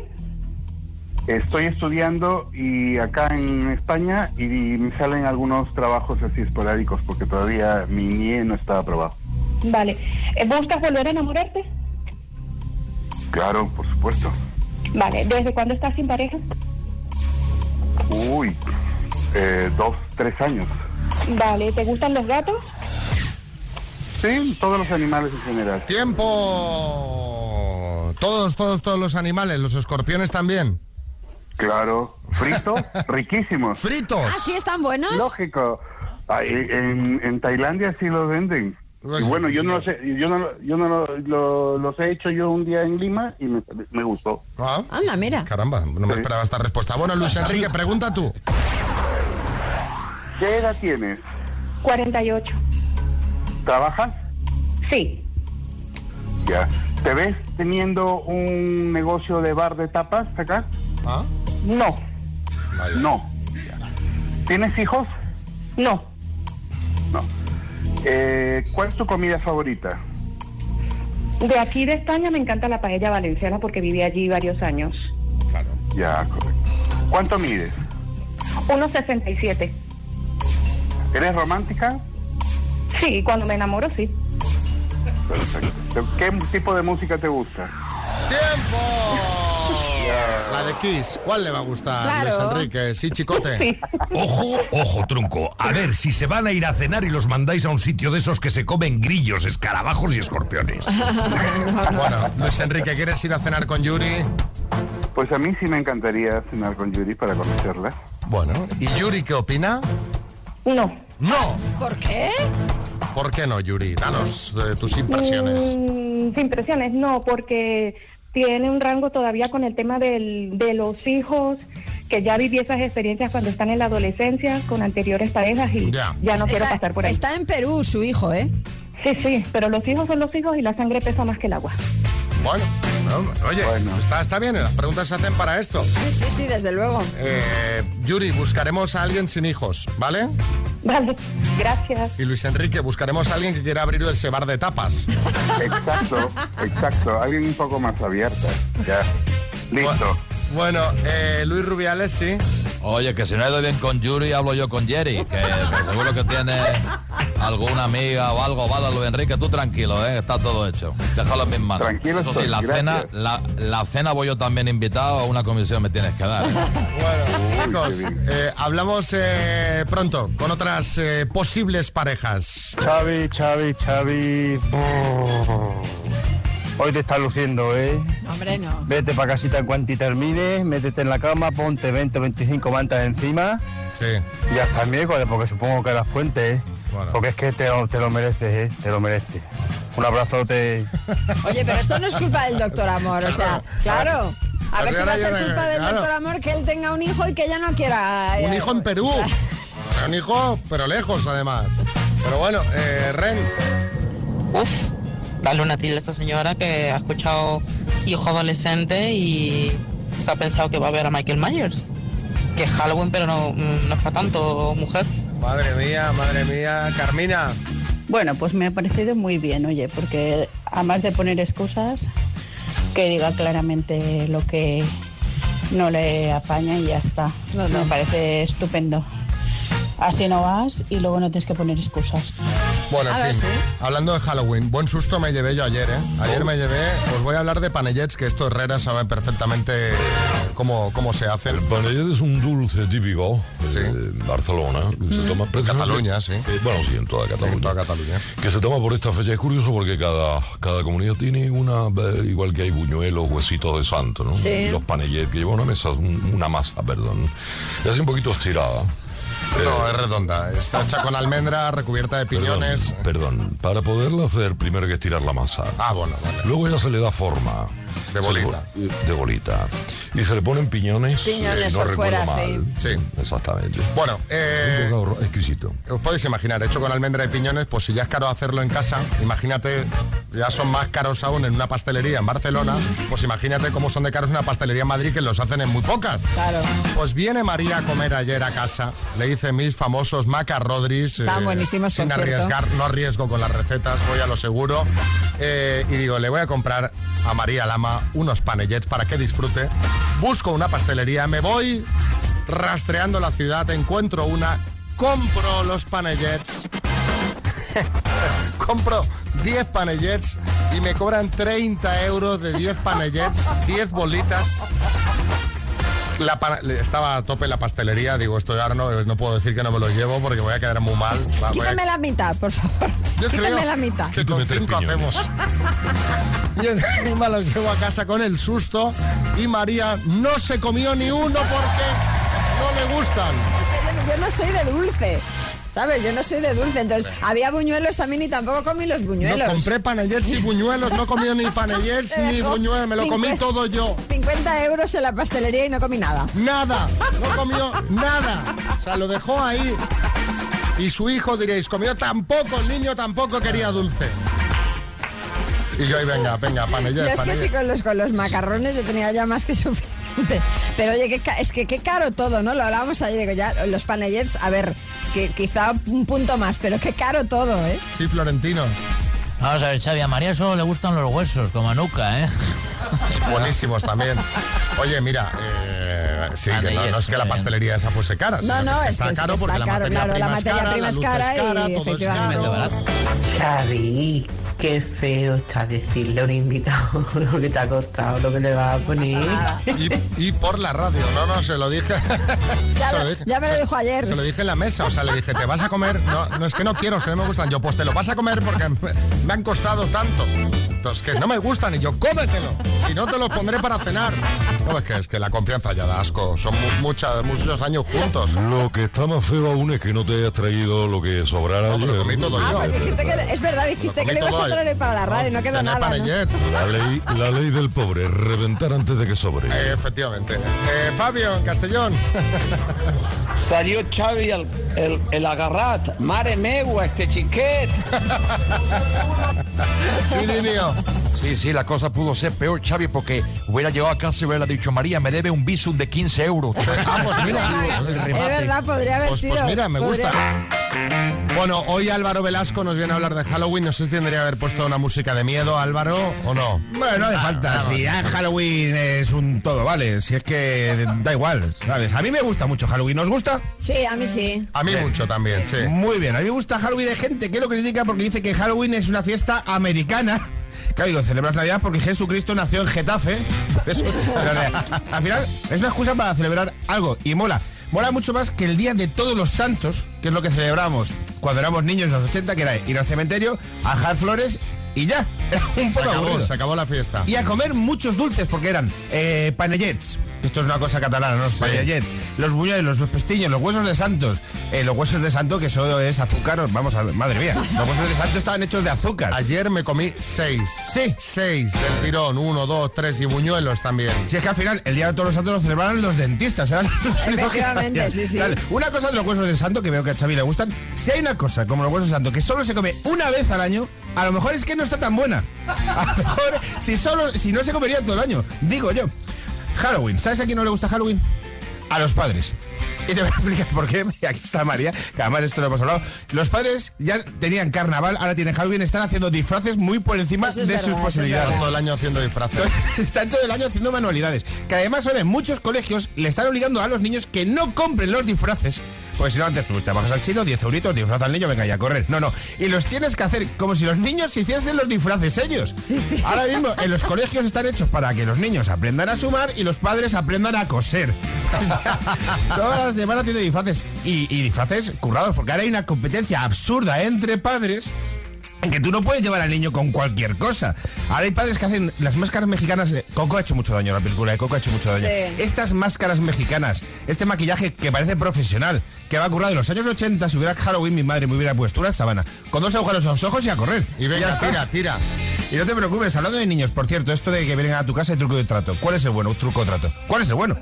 Estoy estudiando y acá en España y me salen algunos trabajos así esporádicos porque todavía mi NIE no está aprobado.
Vale. Eh, ¿Buscas volver a enamorarte?
Claro, por supuesto.
Vale. ¿Desde cuándo estás sin pareja?
Uy, eh, dos, tres años.
Vale. ¿Te gustan los gatos?
Sí, todos los animales en general.
¡Tiempo! Todos, todos, todos los animales, los escorpiones también.
Claro, fritos, riquísimos.
Fritos.
Ah, sí, están buenos.
Lógico. Ay, En, en Tailandia sí los venden. Y bueno, yo no los he, yo no, lo- yo no lo- lo- los he hecho yo un día en Lima y me, me gustó.
Anda, mira.
Ah, Caramba, no me esperaba esta respuesta. Bueno, Luis Enrique, pregunta tú.
¿Qué edad tienes?
48.
¿Trabajas?
Sí.
Ya. ¿Te ves teniendo un negocio de bar de tapas acá?
Ah,
No. No. ¿Tienes hijos?
No.
No. Eh, ¿Cuál es tu comida favorita?
De aquí de España me encanta la paella valenciana porque viví allí varios años.
Claro. Ya, correcto. ¿Cuánto mides?
1,67.
¿Eres romántica?
Sí, cuando me enamoro, sí.
Perfecto. ¿Qué tipo de música te gusta?
¡Tiempo! La de Kiss, ¿cuál le va a gustar,
Claro.
Luis Enrique? Sí, chicote.
Ojo, ojo, trunco. A ver si se van a ir a cenar y los mandáis a un sitio de esos que se comen grillos, escarabajos y escorpiones.
Bueno, Luis Enrique, ¿quieres ir a cenar con Yuri?
Pues a mí sí me encantaría cenar con Yuri para conocerla.
Bueno, ¿y Yuri qué opina?
No.
¡No!
¿Por qué?
¿Por qué no, Yuri? Danos eh, tus impresiones.
Mm, sí, impresiones, no, porque tiene un rango todavía con el tema del- de los hijos, que ya viví esas experiencias cuando están en la adolescencia con anteriores parejas y ya, no quiero pasar por ahí.
Está en Perú su hijo, ¿eh?
Sí, sí, pero los hijos son los hijos y la sangre pesa más que el agua.
Bueno, no, oye, Está, está bien, las preguntas se hacen para esto.
Sí, sí, sí, desde luego.
Eh, Yuri, buscaremos a alguien sin hijos, ¿vale?
Vale, gracias.
Y Luis Enrique, buscaremos a alguien que quiera abrir ese bar de tapas.
Exacto, exacto. Alguien un poco más abierta. Ya. Listo.
Bueno, eh, Luis Rubiales, sí.
Oye, que si no le doy bien con Yuri, hablo yo con Jerry, que seguro que tiene alguna amiga o algo. Vale, Luis Enrique, tú tranquilo, ¿eh? está todo hecho. Déjalo en mis manos.
Tranquilo
Eso sí,
estoy,
la
gracias.
cena, la, la cena voy yo también invitado, a una comisión me tienes que dar. ¿eh?
Chicos, eh, hablamos eh, pronto con otras eh, posibles parejas.
Xavi, Xavi, Xavi. brr. Hoy te estás luciendo, ¿eh?
Hombre, no.
Vete para casita en cuanto y termines, métete en la cama, ponte 20 o 25 mantas encima.
Sí.
Y hasta el miércoles, porque supongo que las puentes, ¿eh? Porque es que te, lo- te lo mereces, ¿eh? Te lo mereces. Un abrazote.
Oye, pero esto no es culpa del doctor Amor, o sea, claro. A ver si va a ser culpa del doctor Amor que él tenga un hijo y que ella no quiera.
Un
eh,
hijo en Perú. Ah, O sea, un hijo, pero lejos además. Pero bueno, eh, Ren.
Uf, dale una tila a esta señora que ha escuchado hijo adolescente y se ha pensado que va a ver a Michael Myers. Que es Halloween, pero no, mm, no es para tanto, mujer.
Madre mía, madre mía. Carmina.
Bueno, pues me ha parecido muy bien, oye, porque además de poner excusas, que diga claramente lo que no le apaña y ya está. Me parece estupendo. Así no vas y luego no tienes que poner excusas.
Bueno,
A ver,
en fin, hablando de Halloween, buen susto me llevé yo ayer, ¿eh?
Oh.
Ayer me llevé, os voy a hablar de panellets, que esto Herrera sabe perfectamente cómo, cómo se hacen.
Panellet es un dulce típico de Barcelona. que Se toma precisamente-
Mm. Cataluña, sí.
Eh, bueno, sí, en toda Cataluña. Que se toma por esta fecha. Es curioso porque cada, cada comunidad tiene una, eh, igual que hay buñuelos, huesitos de santo, ¿no?
Sí.
Y Los panellet que lleva una mesa, un- una masa, perdón. Y así un poquito estirada. Eh,
No, es redonda. Está hecha con almendra, recubierta de piñones.
Perdón, para poderla hacer primero hay que estirar la masa.
Ah, bueno,
Luego ya se le da forma.
De bolita.
De bolita. Y se le ponen piñones.
Piñones por
recuerdo
fuera, sí.
mal. Exactamente.
Bueno, eh,
Un bocado exquisito.
Os podéis imaginar, hecho con almendra y piñones, pues si ya es caro hacerlo en casa, imagínate, ya son más caros aún en una pastelería en Barcelona, pues imagínate cómo son de caros en una pastelería en Madrid que los hacen en muy pocas.
Claro.
Pues viene María a comer ayer a casa, le hice mis famosos macarrodris. eh,
Estaban buenísimos,
Sin
por cierto.
arriesgar, no arriesgo con las recetas, voy a lo seguro. Eh, y digo, le voy a comprar a María Lama unos panellets para que disfrute. Busco una pastelería, me voy rastreando la ciudad, encuentro una, compro los panellets. compro 10 panellets y me cobran 30 euros de 10 panellets, 10 bolitas. La pa- le- estaba a tope la pastelería, digo, esto ya no, no puedo decir que no me los llevo porque voy a quedar muy mal. Va, voy a-
Quítame la mitad, por favor. Quítame la mitad.
que con cinco hacemos. Y encima los llevo a casa con el susto y María no se comió ni uno porque no le gustan.
Yo- Yo no soy de dulce. ¿Sabes? Yo no soy de dulce. Entonces, había buñuelos también y tampoco comí los buñuelos.
No compré panellets y buñuelos, no comí ni panellets
Se
ni
dejó
buñuelos, me lo comí
50
todo yo.
50 euros en la pastelería y no comí nada.
Nada, no comió nada. O sea, lo dejó ahí. Y su hijo, diréis, comió tampoco, el niño tampoco quería dulce. Y yo ahí, venga, venga,
Yo
panellets,
es que
panellets.
sí, con los, con los macarrones yo tenía ya más que suficiente. Pero oye, que ca- es que qué caro todo, ¿no? Lo hablábamos ayer, digo, ya los panellets, a ver, es que quizá un punto más, pero qué caro todo, ¿eh?
Sí, Florentino.
Vamos a ver, Xavi, a María solo le gustan los huesos, como a Nuca, ¿eh?
Buenísimos también. Oye, mira, eh, sí, que no, no es que la pastelería esa fuese cara. sino
No, no,
que
es
está
que es-
caro
está
porque la
caro,
materia
claro, la
prima es
materia
cara,
prima
la
es
luz
cara
es cara,
y
todo es
efectivamente,
caro.
¿verdad?
Xavi, qué feo está decirle a un invitado lo que te ha costado, lo que le vas a poner.
Y, y por la radio, no, no, se lo dije.
Ya,
se
lo-
lo dije.
ya me lo dijo ayer.
Se lo dije en la mesa, o sea, le dije, te vas a comer, no, no es que no quiero, es que no me gustan, yo pues te lo vas a comer porque me- me han costado tanto. Entonces, que no me gustan y yo, cómetelo, si no te los pondré para cenar. No, es que, es que la confianza ya da asco, son mu- mucha- muchos años juntos.
Lo que está más feo aún es que no te hayas traído lo que sobrara. ayer. pues
Ah, porque dijiste que- es verdad, dijiste que le ibas a
todo
traer para la radio, no quedó nada. ¿no?
pues,
La ley, la ley del pobre, reventar antes de que sobre.
Efectivamente. Eh, Fabio, en Castellón.
Salió Xavi el, el, el agarrat. Mare megua, este chiquet.
Sí,
Sí, sí, la cosa pudo ser peor, Xavi, porque hubiera llegado a casa y hubiera dicho, María, me debe un visum de 15 euros.
Ah, pues mira.
El
Es
remate.
verdad, podría haber
Pues,
sido.
pues mira, me
podría-
gusta. Bueno, hoy Álvaro Velasco nos viene a hablar de Halloween. No sé si tendría que haber puesto una música de miedo, Álvaro, o no. Ah,
Bueno, no hace falta. Si ya Halloween es un todo, vale. Si es que da igual, ¿sabes? A mí me gusta mucho Halloween. ¿Nos gusta?
Sí, a mí sí.
A mí mucho también, sí.
Muy bien. A mí me gusta Halloween. Hay gente que lo critica porque dice que Halloween es una fiesta americana. Claro, digo, celebras Navidad porque Jesucristo nació en Getafe. Eso- pero, eh, al final, es una excusa para celebrar algo y mola. Mola mucho más que el Día de Todos los Santos, que es lo que celebramos cuando éramos niños en los 80, que era ir al cementerio, a dejar flores y ya. Era un
Se
poco
acabó,
aburrido.
se acabó la fiesta.
Y a comer muchos dulces, porque eran eh, panellets. Esto es una cosa catalana, ¿no? Los panellets. Los buñuelos, los pestiños, los huesos de santos. Eh, los huesos de santo, que eso es azúcar. Vamos a ver, madre mía. Los huesos de santo pues estaban hechos de azúcar.
Ayer me comí seis.
Sí.
Seis del tirón. Uno, dos, tres y buñuelos también.
Si es que al final el Día de Todos los Santos lo celebraron los dentistas, eran los únicos que
Efectivamente, sí,
sabían.
sí.
Vale, Una cosa de los huesos de santo que veo que a Xavi le gustan. Si hay una cosa como los huesos de santo que solo se come una vez al año, a lo mejor es que no está tan buena. A lo mejor si solo si no se comería todo el año, digo yo. Halloween, ¿sabes a quién no le gusta Halloween? A los padres. Y te voy a explicar por qué. Y Aquí está María, que además esto lo hemos hablado. Los padres ya tenían carnaval, ahora tienen Halloween, están haciendo disfraces muy por encima
Eso
de
es verdad,
sus
eso es
posibilidades.
verdad. Todo el año haciendo disfraces.
Están todo el año haciendo manualidades. Que además ahora en muchos colegios le están obligando a los niños que no compren los disfraces. Porque si no, antes tú te bajas al chino, 10 euritos, disfraz al niño, venga ya a correr. No, no. Y los tienes que hacer como si los niños se hiciesen los disfraces ellos. Ahora mismo en los colegios están hechos para que los niños aprendan a sumar y los padres aprendan a coser. Toda la semana tiene disfraces. Y, y disfraces currados, porque ahora hay una competencia absurda entre padres en que tú no puedes llevar al niño con cualquier cosa. Ahora hay padres que hacen las máscaras mexicanas. de- Coco ha hecho mucho daño la película de Coco ha hecho mucho daño.
Sí.
Estas máscaras mexicanas, este maquillaje que parece profesional, que va currado en los años 80, si hubiera Halloween mi madre me hubiera puesto una sabana con dos agujeros en los ojos y a correr.
Y venga,
Ya está.
tira, tira.
Y no te preocupes, hablando de niños, por cierto, esto de que vengan a tu casa y truco de trato. ¿Cuál es el bueno? Truco de trato. ¿Cuál es el bueno?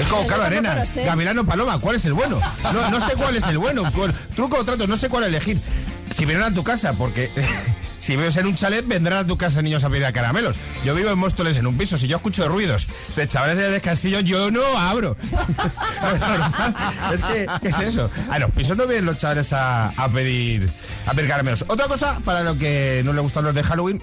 Es como
Yo
cada
tampoco
arena.
lo sé.
Gavilano Paloma, ¿cuál es el bueno? No, no sé cuál es el bueno. cuál- truco o trato, no sé cuál elegir. Si vienen a tu casa, porque si vives en un chalet, vendrán a tu casa niños a pedir a caramelos. Yo vivo en Móstoles en un piso. Si yo escucho ruidos de chavales de descansillo, yo no abro. es que, ¿qué es eso? A los pisos Ah, no vienen los chavales a, a pedir a pedir caramelos. Otra cosa para lo que no le gustan los de Halloween.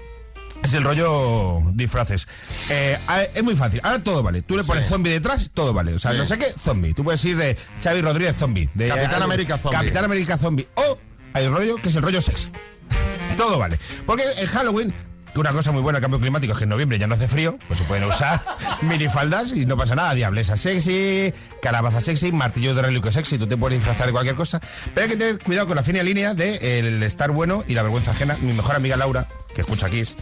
Es el rollo disfraces. Eh, a- es muy fácil. Ahora todo vale. Tú le pones zombie detrás, todo vale. O sea,
Sí.
no sé qué, zombie. Tú puedes ir de Xavi Rodríguez zombie. De
Capitán
algo-
América zombie.
Capitán América zombie. O hay rollo que es el rollo sex. Todo vale. Porque en Halloween, que una cosa muy buena del cambio climático es que en noviembre ya no hace frío, pues se pueden usar minifaldas y no pasa nada. Diablesa sexy, calabaza sexy, martillo de reliquio sexy, tú te puedes disfrazar de cualquier cosa. Pero hay que tener cuidado con la fina línea de eh, el estar bueno y la vergüenza ajena. Mi mejor amiga Laura, que escucha Kiss,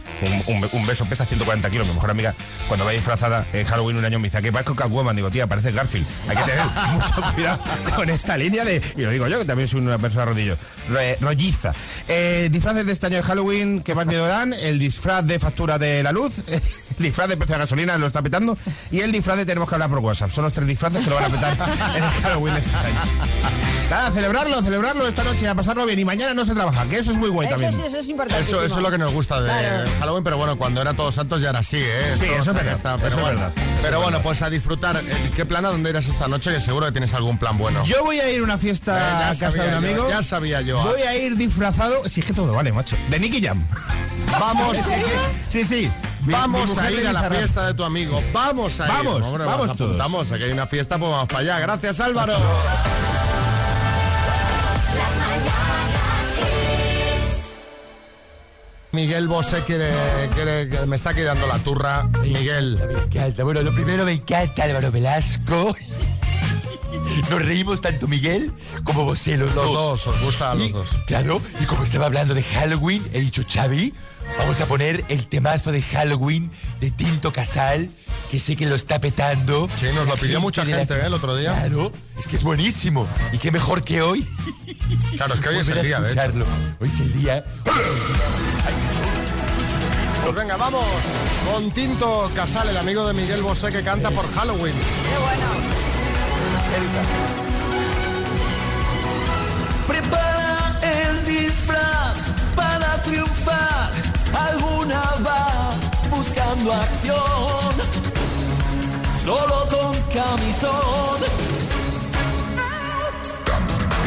un, un- un beso, pesa 140 kilos, mi mejor amiga, cuando va disfrazada en Halloween un año me dice, que parezco Catwoman, digo, tía, parece Garfield. Hay que tener mucho cuidado con esta línea de, y lo digo yo, que también soy una persona rodillo, re- rolliza. Eh, disfraces de este año de Halloween, que más miedo dan? El disfraz de factura de la luz, el disfraz de precio de gasolina, lo está petando, y el disfraz de tenemos que hablar por WhatsApp. Son los tres disfraces que lo van a petar en el Halloween de este año. Nada, celebrarlo, celebrarlo esta noche, a pasarlo bien, y mañana no se trabaja, que eso es muy guay
Eso
también.
sí, eso es importantísimo.
Eso, eso es lo que nos gusta de
Claro.
Halloween, pero bueno, cuando era Todos Santos ya era así, ¿eh?
Sí,
Todos
eso es
ahí
verdad,
está,
eso
pero
es
bueno,
verdad, eso
Pero
es
bueno,
verdad.
pues a disfrutar. Eh, ¿Qué plan a dónde irás esta noche? Que seguro que tienes algún plan bueno.
Yo voy a ir a una
Eh,
fiesta
ya
a casa de
sabía
un
yo,
amigo.
ya sabía yo.
Voy a ir disfrazado, si es que todo vale, macho, de Nicky Jam. Vamos,
¿En serio?
sí, sí. Mi- mi
Vamos
mujer
a
de
ir a la
Bizarrap.
fiesta de tu amigo. Vamos a ir.
Vamos, vamos
nos
todos.
apuntamos a que hay una fiesta, pues vamos para allá. Gracias, Álvaro. Miguel Bosé quiere, quiere, que- me está quedando la turra. Miguel.
Bueno, lo primero me encanta Álvaro Velasco. Nos reímos tanto Miguel como vos, eh, los,
Los
dos.
dos, os gusta a los
Y,
dos.
Claro, y como estaba hablando de Halloween, he dicho Xavi, vamos a poner el temazo de Halloween de Tinto Casal, que sé que lo está petando.
Sí, nos lo
La
pidió mucha
de la-
gente, ¿eh? el otro día.
Claro, es que es buenísimo. Y qué mejor que hoy.
Claro, es que hoy es
volver
el
a
día, de hecho.
escucharlo. Hoy es el día.
Pues venga, vamos con Tinto Casal, el amigo de Miguel Bosé que canta por Halloween. ¡Qué bueno!
Prepara el disfraz para triunfar. Alguna va buscando acción. Solo con camisón.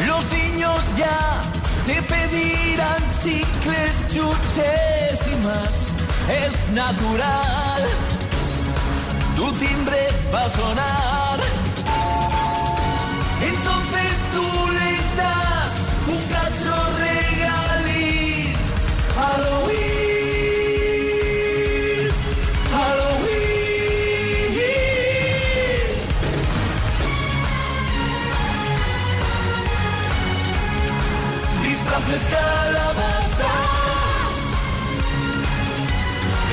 Los niños ya te pedirán chicles, chuches y más. Es natural. Tu timbre va a sonar. Entonces tú les das un cacho regaliz. Halloween, Halloween. Disfraces calabazas.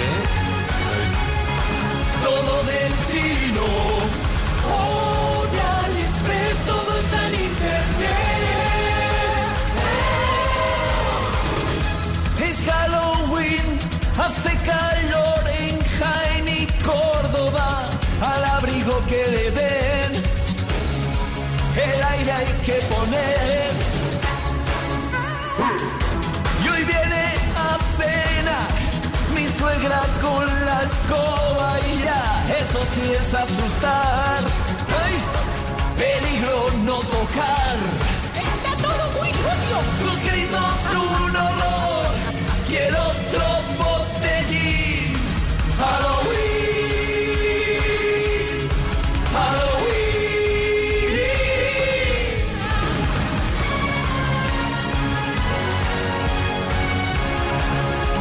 ¿Eh?
Todo del chino. Oh, de AliExpress, todo está en internet. Es Halloween, hace calor en Jaén y Córdoba, al abrigo que le den, el aire hay que poner. Y hoy viene a cenar mi suegra con la escoba y ya, eso sí es asustar. ¡Ay! Peligro no tocar. Está todo muy sucio. Sus gritos un horror y el otro botellín. Halloween. Halloween.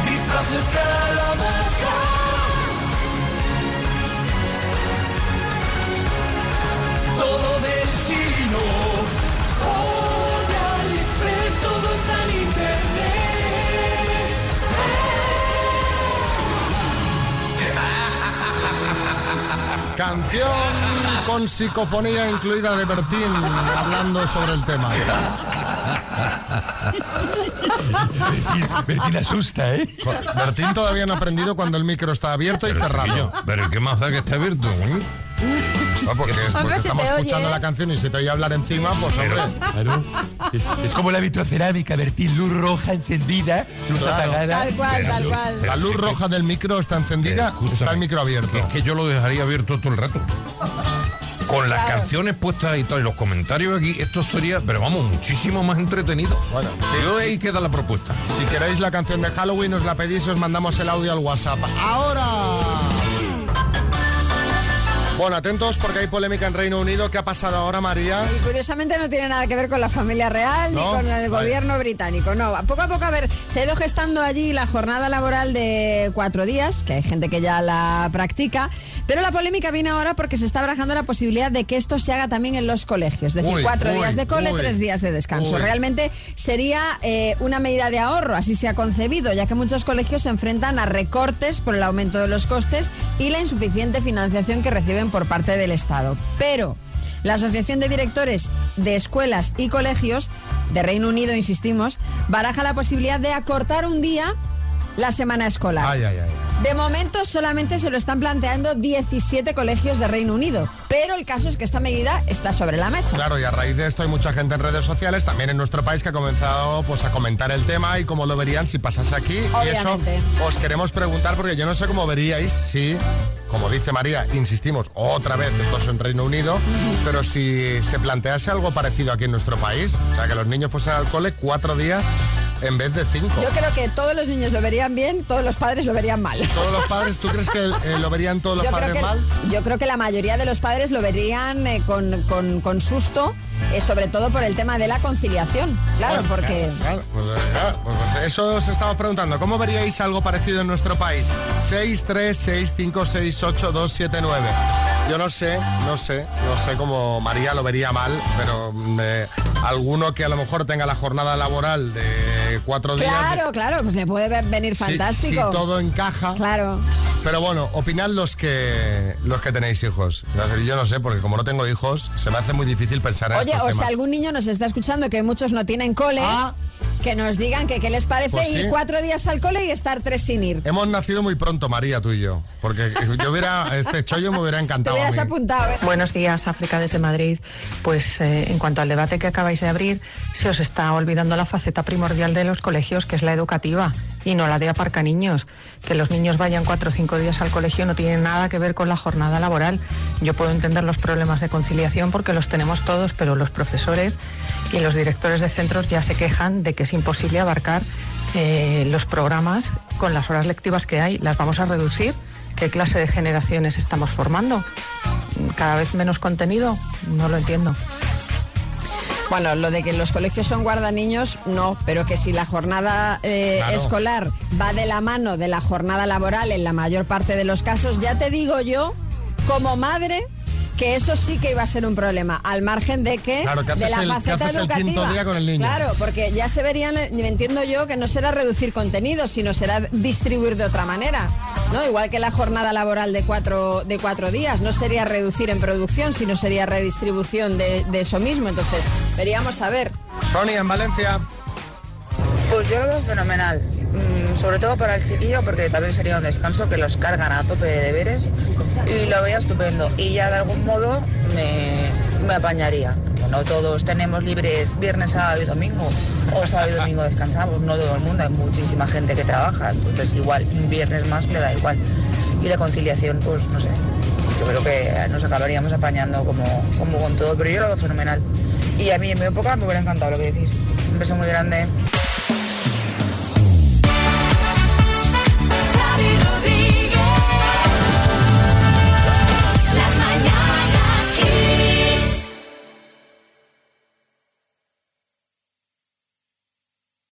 disfraces calabazas. Todo del chino. Oh, de AliExpress, todo está en internet.
Canción con psicofonía incluida de Bertín hablando sobre el tema. Bertín asusta, ¿eh? Bertín todavía no ha aprendido cuando el micro está abierto y cerrado.
Pero ¿qué más da que esté abierto? eh? güey?
No, Ah, porque es-
Hombre,
porque
se te
estamos
oye,
escuchando
¿eh?
la canción y se te oye hablar encima, pues hombre.
Claro. Es, es como la vitrocerámica, Bertín, luz roja encendida, luz
Claro.
apagada. Eh,
La luz roja del micro está encendida, está el micro abierto.
Es que yo lo dejaría abierto todo el rato. Con las canciones puestas y todo, y los comentarios aquí, esto sería, pero vamos, muchísimo más entretenido. Bueno, yo de ahí queda la propuesta.
Si queréis la canción de Halloween, os la pedís y os mandamos el audio al WhatsApp. ¡Ahora! Bueno, atentos porque hay polémica en Reino Unido. ¿Qué ha pasado ahora, María?
Y curiosamente no tiene nada que ver con la familia real
No,
ni con
vale.
el gobierno británico. No, poco a poco, a ver, se ha ido gestando allí la jornada laboral de cuatro días, que hay gente que ya la practica, pero la polémica viene ahora porque se está barajando la posibilidad de que esto se haga también en los colegios. Es decir,
Uy,
cuatro
uy,
días de cole,
uy.
tres días de descanso.
Uy.
Realmente sería eh, una medida de ahorro, así se ha concebido, ya que muchos colegios se enfrentan a recortes por el aumento de los costes y la insuficiente financiación que reciben por parte del Estado. Pero la Asociación de Directores de Escuelas y Colegios de Reino Unido, insistimos, baraja la posibilidad de acortar un día la semana escolar.
Ay, ay, ay.
De momento solamente se lo están planteando 17 colegios de Reino Unido, pero el caso es que esta medida está sobre la mesa.
Claro, y a raíz de esto hay mucha gente en redes sociales, también en nuestro país, que ha comenzado pues, a comentar el tema y cómo lo verían si pasase aquí. Y
Obviamente.
eso os queremos preguntar porque yo no sé cómo veríais si, como dice María, insistimos otra vez, esto es en Reino Unido, pero si se plantease algo parecido aquí en nuestro país, o sea, que los niños fuesen al cole cuatro días en vez de cinco.
Yo creo que todos los niños lo verían bien, todos los padres lo verían mal.
¿Todos los padres, tú crees que eh, lo verían todos los
Yo creo,
padres
que,
mal?
yo creo que la mayoría de los padres lo verían eh, con, con- con susto, eh, sobre todo por el tema de la conciliación. Claro,
Bueno,
porque...
claro, claro, pues, eh, claro, pues, pues, eso os estamos preguntando. ¿Cómo veríais algo parecido en nuestro país? 636568279. Yo no sé, no sé, no sé cómo María lo vería mal, pero mm, eh, alguno que a lo mejor tenga la jornada laboral de cuatro días.
Claro, claro, pues le puede ve- venir
Si- si
fantástico.
todo encaja.
Claro.
Pero bueno, opinad los que los que tenéis hijos. Es decir, Yo no sé, porque como no tengo hijos, se me hace muy difícil pensar en
Oye,
estos
o si
temas. Ah.
algún niño nos está escuchando que muchos no tienen cole, que nos digan que qué les parece
Pues sí.
ir cuatro días al cole y estar tres sin ir.
Hemos nacido muy pronto, María, tú y yo. Porque yo hubiera, este chollo me hubiera
Te
encantado. a
hubieras
mí.
apuntado, ¿eh?
Buenos días, África desde Madrid. Pues eh, en cuanto al debate que acabáis de abrir, se os está olvidando la faceta primordial de los colegios, que es la educativa, y no la de aparca niños. Que los niños vayan cuatro o cinco días al colegio no tiene nada que ver con la jornada laboral. Yo puedo entender los problemas de conciliación porque los tenemos todos, pero los profesores y los directores de centros ya se quejan de que es imposible abarcar eh, los programas con las horas lectivas que hay. Las vamos a reducir. ¿Qué clase de generaciones estamos formando? cada vez menos contenido, no lo entiendo.
Bueno, lo de que los colegios son guardaniños, no, pero que si la jornada eh,
Claro.
escolar va de la mano de la jornada laboral en la mayor parte de los casos, ya te digo yo, como madre, que eso sí que iba a ser un problema, al margen de que,
Claro, ¿qué
de
haces
la
el- qué
faceta
haces el
educativa.
quinto día con el niño?
Claro, porque ya se verían, eh, entiendo yo, que no será reducir contenido, sino será distribuir de otra manera. ¿no? Igual que la jornada laboral de cuatro, de cuatro días, no sería reducir en producción, sino sería redistribución de, de eso mismo. Entonces, veríamos a ver.
Sonia, en Valencia.
Pues yo lo veo fenomenal, mm, sobre todo para el chiquillo, porque también sería un descanso que los cargan a tope de deberes y lo veía estupendo. Y ya de algún modo me, me apañaría. No todos tenemos libres viernes, sábado y domingo, o sábado y domingo descansamos, no todo el mundo, hay muchísima gente que trabaja, entonces igual un viernes más le da igual. Y la conciliación, pues no sé, yo creo que nos acabaríamos apañando como, como con todo, pero yo lo veo fenomenal. Y a mí en mi época me hubiera encantado lo que decís. Un beso muy grande.